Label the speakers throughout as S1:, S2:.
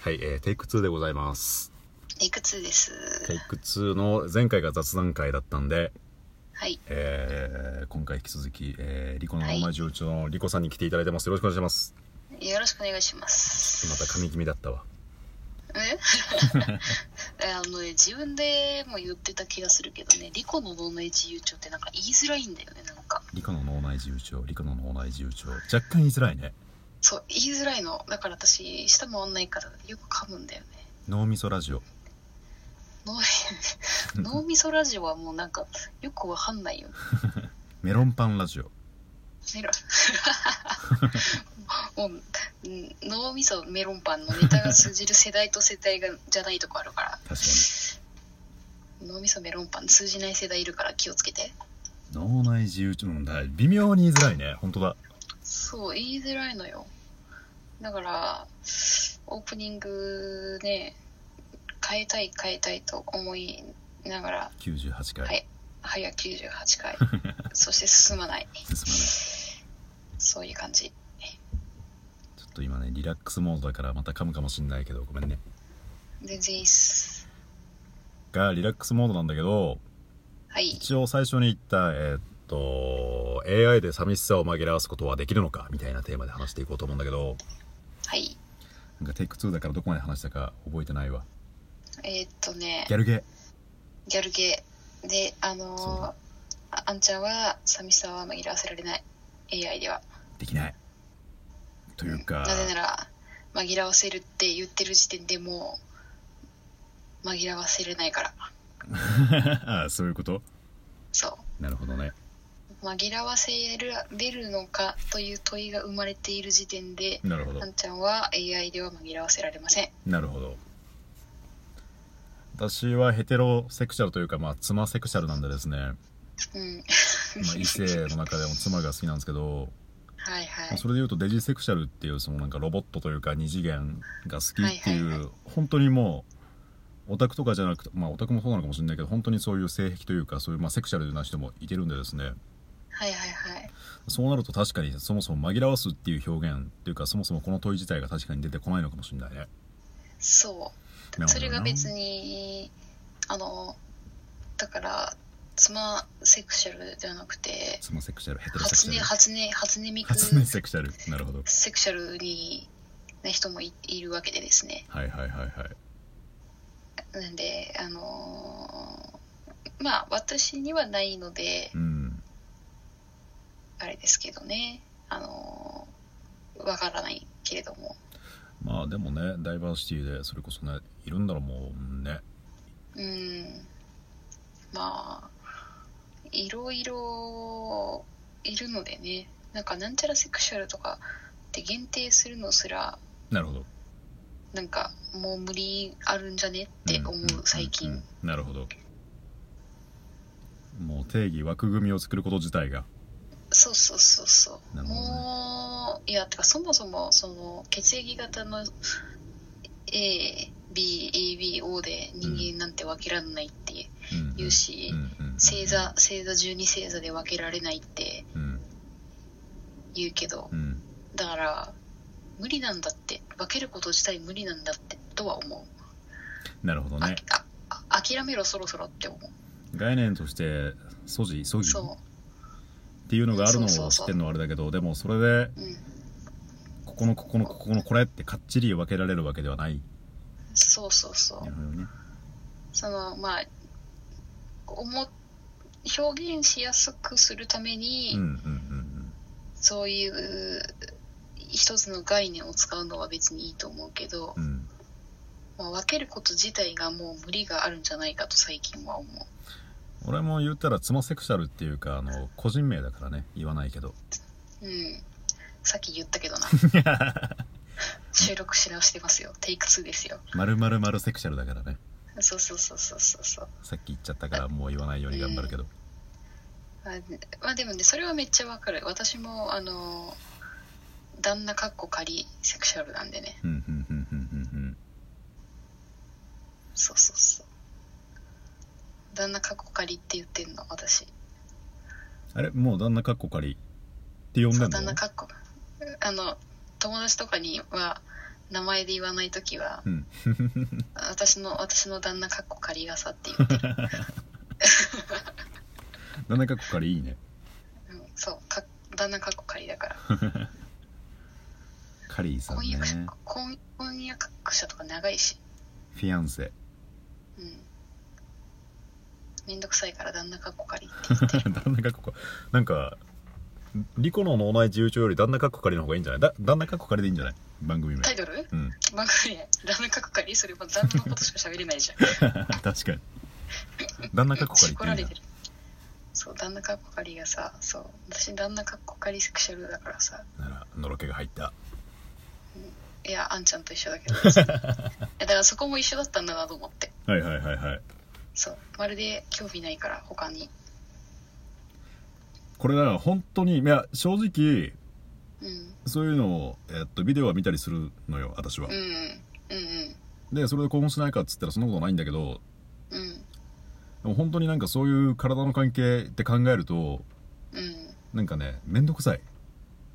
S1: はい、えーテイク2でございます。
S2: いくつです。
S1: テイク2の前回が雑談会だったんで、
S2: はい。
S1: えー今回引き続き、えー、リコの甘い上長のリコさんに来ていただいてます。よろしくお願いします。
S2: よろしくお願いします。
S1: また髪気味だったわ。
S2: ええ あのね、自分でも言ってた気がするけどね、リコの脳内自由帳ってなんか言いづらいんだよね、なんか。
S1: リコの脳内自由帳、リコの脳内自由帳。若干言いづらいね。
S2: そう、言いづらいの。だから私、舌回んないからよく噛むんだよね。
S1: 脳みそラジオ。
S2: 脳脳みそラジオはもうなんか、よくわかんないよね。
S1: メロンパンラジオ。
S2: メロンもう、うん脳みそメロンパンのネタが通じる世代と世代がじゃないとこあるから。
S1: 確か
S2: 脳みそメロンパン通じない世代いるから気をつけて
S1: に。脳内自由帳の題。微妙に言いづらいね。本当だ。
S2: そう言いづらいのよだからオープニングね変えたい変えたいと思いながら
S1: 98回。
S2: はい早98回 そして進まない
S1: 進まない。
S2: そういう感じ
S1: ちょっと今ね、リラックスモードだからまた噛むかもしんないけど、ごめんね。
S2: 全然いいっす
S1: が、リラックスモードなんだけど、
S2: はい
S1: 一応最初に言った、えーっと、AI で寂しさを紛らわすことはできるのかみたいなテーマで話していこうと思うんだけど、
S2: はい
S1: なんかテイク2だからどこまで話したか覚えてないわ。
S2: えーっとね
S1: ギャルゲー。
S2: ギャルゲーであの
S1: そう
S2: ー
S1: だ
S2: ああんちゃんは寂しさは紛らわせられない AI では
S1: できない。というか、
S2: なぜなら紛らわせるって言ってる時点でもう紛らわせれないから
S1: あ そういうこと
S2: そ
S1: なるほどね。
S2: う紛らわせれるのかという問いが生まれている時点で
S1: なるほど
S2: あ。んちゃんは AI では紛らわせられません
S1: なるほど。私はヘテロセクシャルというか、まあ、妻セクシャルなんでですね、ま
S2: うん
S1: あ、異性の中でも妻が好きなんですけど、
S2: はいは
S1: まあ
S2: い
S1: それでいうとデジセクシャルっていうそのなんかロボットというか二次元が好きっていう、
S2: はいはいは
S1: 本当にもうオタクとかじゃなくてまあオタクもそうなのかもしれないけど本当にそういう性癖というかそういうまあセクシャルな人もいてるんでですね
S2: はいはいはい
S1: そうなると確かにそもそも紛らわすっていう表現っていうかそもそもこの問い自体が確かに出てこないのかもしれないね
S2: そ
S1: なるほど
S2: う
S1: な
S2: それが別にあのだから妻セクシャルではなくて
S1: そのセクシャルヘテロセクシャ
S2: 初音
S1: ル
S2: 初音初音ミク
S1: 初音セクシャルなるほど
S2: セクシャルにな人もいいるわけでですね
S1: はいはいはいはい
S2: なんであのーまあ私にはないので
S1: うん
S2: あれですけどねあのーわからないけれども
S1: まあでもねダイバーシティでそれこそねいるんだろうもんね
S2: うんまあいろいろいるのでねなんかなんちゃらセクシャルとかって限定するのすら
S1: なるほど
S2: なんかもう無理あるんじゃねって思
S1: んんん
S2: う最近、
S1: んなるほどもう定義枠組みを作ること自体が
S2: そうそうそうそう、
S1: なるほどね
S2: もういやてかそもそもその血液型の ABABO で人間なんて分けられないって
S1: うん
S2: 言うし、
S1: うんうんうん
S2: 星座星座12星座で分けられないって
S1: うん
S2: 言うけど
S1: うん
S2: だから無理なんだって分けること自体無理なんだってとは思う、
S1: なるほど
S2: あ
S1: ね
S2: ああ諦めろそろそろって思う、
S1: 概念として素地素地
S2: そ
S1: っていうのがあるのを
S2: そうそう
S1: 知
S2: そ
S1: っ
S2: う
S1: てるのはあれだけどでもそれで
S2: ううん
S1: ここのここのここのこれってかっちり分けられるわけではない
S2: そうそうそう、
S1: なるほどね
S2: そのまあおも表現しやすくするために、
S1: うんうんうん
S2: そういう一つの概念を使うのは別にいいと思うけど、
S1: うんうん
S2: まあ、分けること自体がもう無理があるんじゃないかと最近は思う
S1: 俺も言ったら妻セクシャルっていうかあの個人名だからね言わないけど
S2: うんさっき言ったけどな収録し直してますよテイク2ですよ
S1: 丸々丸セクシャルだからね
S2: そうそうそうそうそうそう
S1: さっき言っちゃったからもう言わないように頑張るけど
S2: まあまあでもねそれはめっちゃわかる私もあの旦那かっこ仮セクシャルなんでね
S1: うんうんうんうんうんうん
S2: そうそうそう旦那かっこ仮って言ってんの私
S1: あれもう旦那かっこ仮って呼んで
S2: そう
S1: の
S2: ん旦那かっこあの友達とかには名前で言わないときは
S1: うん
S2: 私の私の旦那かっこ仮がさって 言ってる、
S1: 旦那かっこからいいね
S2: うん、そうか旦那かっこ仮だから
S1: カリーさん
S2: 婚約者
S1: ね
S2: 婚婚約者とか長いし
S1: フィアンセ
S2: うんめんどくさいから旦那かっこ仮って
S1: 旦那かっこかなんかリコの脳内自由帳より旦那かっこかりの方がいいんじゃないだ旦那かっこかりでいいんじゃない番組名
S2: タイトル
S1: うん
S2: 番組で旦那かっこ仮それも旦那のことしか喋れないじゃん
S1: 確かに旦那かっこかりっ
S2: 絞ら
S1: てい
S2: れ
S1: いな
S2: てるそう旦那かっこかりがさそう私旦那かっこかりセクシャルだからさ
S1: ならのろけが入った
S2: いやあんちゃんと一緒 だけどいやだからそこも一緒だったんだなと思って
S1: はいはいはいはい
S2: そうまるで興味ないから他に
S1: これだから本当にいや正直
S2: うん
S1: そういうのを、えっと、ビデオは見たりするのよ私は
S2: うんうん
S1: でそれで興奮しないかっつったらそんなことないんだけど
S2: うんうん
S1: でも本当になんかそういう体の関係って考えると
S2: うん
S1: なんかね面倒くさい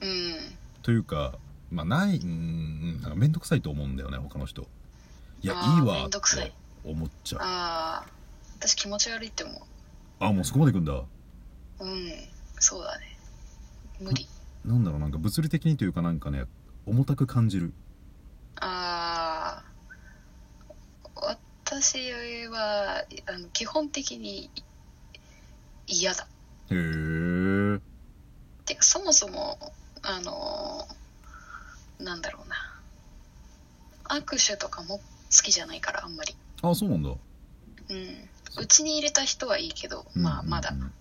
S2: うん
S1: というかまあないうーんなんか面倒くさいと思うんだよね他の人いや
S2: あー
S1: いいわ
S2: 面
S1: っ
S2: 倒くさい
S1: て思っちゃう
S2: ああ私気持ち悪いって思
S1: あもうそこまで行くんだ
S2: ううんそうだね無理
S1: なんだろうなんか物理的にというかなんかね重たく感じる
S2: ああ私はあの基本的に嫌だ
S1: へえ
S2: てかそもそもあのなんだろうな握手とかも好きじゃないからあんまり
S1: あそうなんだ
S2: うんうちに入れた人はいいけど
S1: うん
S2: まあ
S1: うん
S2: まだ
S1: うん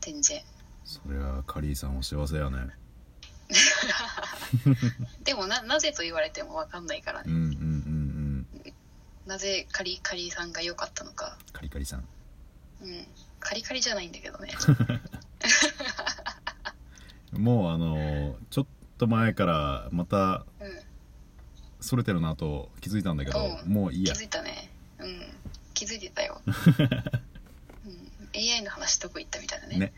S2: 全然
S1: そりゃカリーさんは幸せやね
S2: でもななぜと言われても分かんないから
S1: う
S2: ね
S1: んうんうんうん
S2: なぜカリカリさんが良かったのか
S1: カリカリさん
S2: うんカリカリじゃないんだけどね
S1: もうあのーちょっと前からまた
S2: うん
S1: それてるなと気づいたんだけど、
S2: うん
S1: もういい
S2: 気
S1: や
S2: づいたねうん気づいて たよ、うん、AI の話どこ行ったみたいなね
S1: ね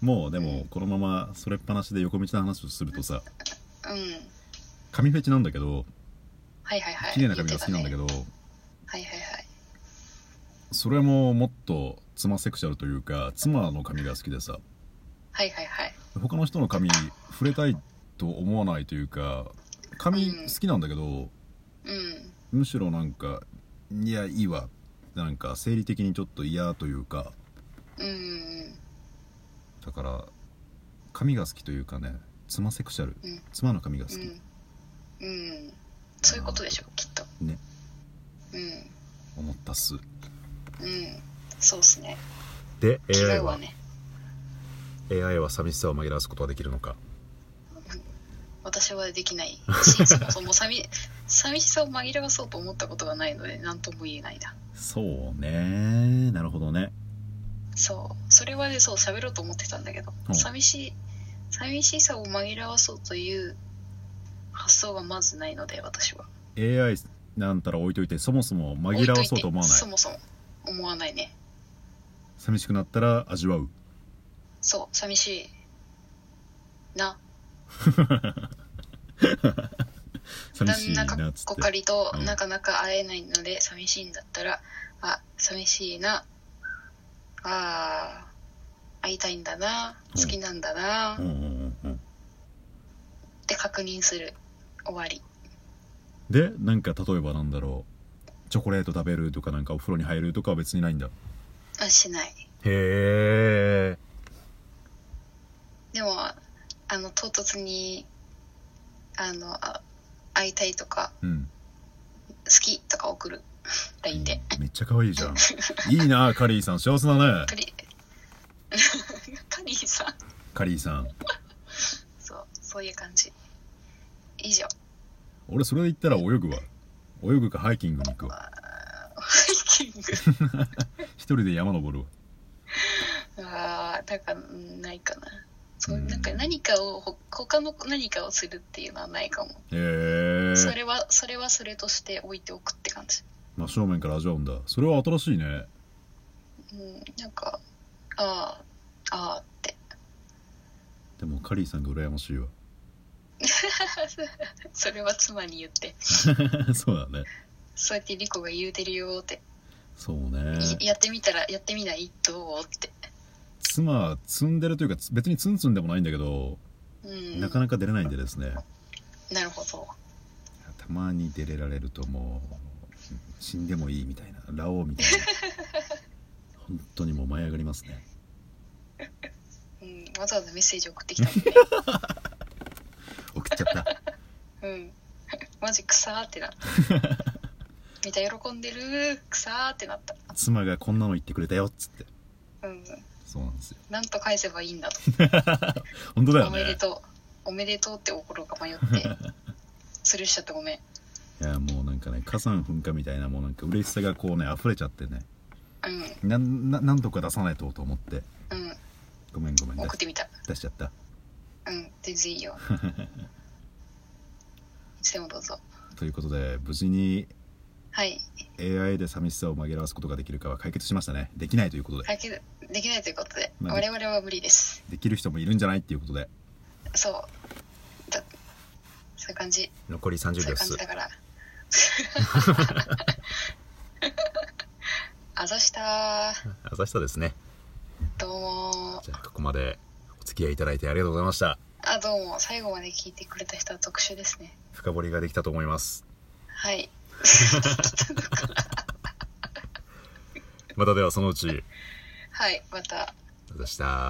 S1: もうで
S2: う
S1: も
S2: ん
S1: このままそれっぱなしで横道の話をするとさ
S2: うん
S1: 髪フェチなんだけど
S2: はいはいはい
S1: 綺麗な髪が好きなんだけ
S2: ど、
S1: ど、
S2: はいはいはい
S1: それももっと妻セクシャルというか妻の髪が好きでさ
S2: はいはいはい
S1: 他の人の髪触れたいと思わないというか髪
S2: うん
S1: 好きなんだけど、
S2: うん
S1: むしろなんかいやいいわなんか生理的にちょっと嫌というか
S2: うん
S1: だから髪が好きというかね妻セクシャル、
S2: うん
S1: 妻の髪が好き、
S2: うん、うん、そういうことでしょきっと
S1: ね
S2: うん
S1: 思ったっす
S2: うんそうっすね
S1: で
S2: 気
S1: AI
S2: うわ
S1: は、
S2: ね
S1: AI は寂しさを紛らわすことはできるのか
S2: 私はできないしそもそも寂 寂しさを紛らわそうと思ったことがないので何とも言えないな
S1: そうねなるほどね
S2: そうそれはねそう喋ろうと思ってたんだけど
S1: うん
S2: 寂しい寂しさを紛らわそうという発想がまずないので私は
S1: AI なんたら置いといてそもそも紛らわそうと思わない
S2: 置いといてそもそも思わないね
S1: 寂しくなったら味わう
S2: そう寂しいな
S1: 寂しいな
S2: 旦那か
S1: っ
S2: っ
S1: つ
S2: こ
S1: っ
S2: か
S1: て
S2: りと
S1: うん
S2: なかなか会えないので寂しいんだったら、あ寂しいなあー会いたいんだな
S1: うん
S2: 好きなんだな、
S1: うん
S2: っ
S1: うんうんうん
S2: て確認する終わり
S1: でなんか例えばなんだろうチョコレート食べるとかなんかお風呂に入るとかは別にないんだ
S2: あしない
S1: へえ
S2: でもあの唐突にあのあ会いたいとか
S1: うん
S2: 好きとか送る LINE で
S1: めっちゃ可愛いじゃんいいなカリーさん幸せだね
S2: カリ カリーさん
S1: カリーさん
S2: そうそういう感じ以上
S1: 俺それで言ったら泳ぐわ泳ぐかハイキングに行くわ
S2: ハイキング
S1: 一人で山登るわ
S2: ああ、なんか、うんないかな。そう、
S1: うん
S2: なんか何かを、ほ他の何かをするっていうのはないかも。
S1: へ
S2: そ
S1: え
S2: れは、それはそれとして置いておくって感じ。
S1: 真正面から味わうんだそれは新しいね
S2: うん、なんか、ああ、ああって。
S1: でもカリーさんが羨ましいわ
S2: それは妻に言って
S1: そうだね
S2: そうやってリコが言うてるよって、
S1: そうね
S2: いやってみたらやってみないどうって
S1: 妻積んでるというかつ別にツンツンでもないんだけど、
S2: うん
S1: なかなか出れないんでですね
S2: なるほど
S1: たまに出れられるともう死んでもいいみたいなラオウみたい な本当にもう舞い上がりますね
S2: うん、わざわざメッセージ送ってきたもんね。
S1: 送っちゃった
S2: うん。マジ草ーってなった。 めっちゃ喜んでるー、草ーってなった。
S1: 妻がこんなの言ってくれたよっつって
S2: うん。
S1: そうなんですよ
S2: なんと返せばいいんだと。
S1: 本当だよ
S2: おめで
S1: ね
S2: とう。おめでとうって心が迷 って、スルーしちゃったごめん。
S1: いやもうなんかね火山噴火みたいなもうなんか嬉しさがこうね溢れちゃってね
S2: うん、
S1: なんななんとか出さないとと思ってごめんごめん
S2: うん。
S1: 出
S2: 送
S1: し
S2: っ
S1: て
S2: みた。
S1: 出しちゃった
S2: うん。全然いいよ。いつでもどうぞ。
S1: ということで無事に
S2: はい。
S1: AI で寂しさを紛らわすことができるかは解決しましたねできないということで、
S2: 解決できないということで、
S1: まあ
S2: 我々は無理です。
S1: できる人もいるんじゃないっていうことで
S2: そう。だそういう感じ。
S1: 残り30
S2: そうい
S1: 秒
S2: う
S1: っ
S2: 感
S1: す
S2: じだから。 あざした
S1: あざしたですね
S2: どうも
S1: じゃあここまでお付き合いいただいてありがとうございました
S2: あどうも最後まで聞いてくれた人は特殊ですね
S1: 深掘りができたと思います
S2: はい
S1: またではそのうち
S2: はいまた
S1: あざした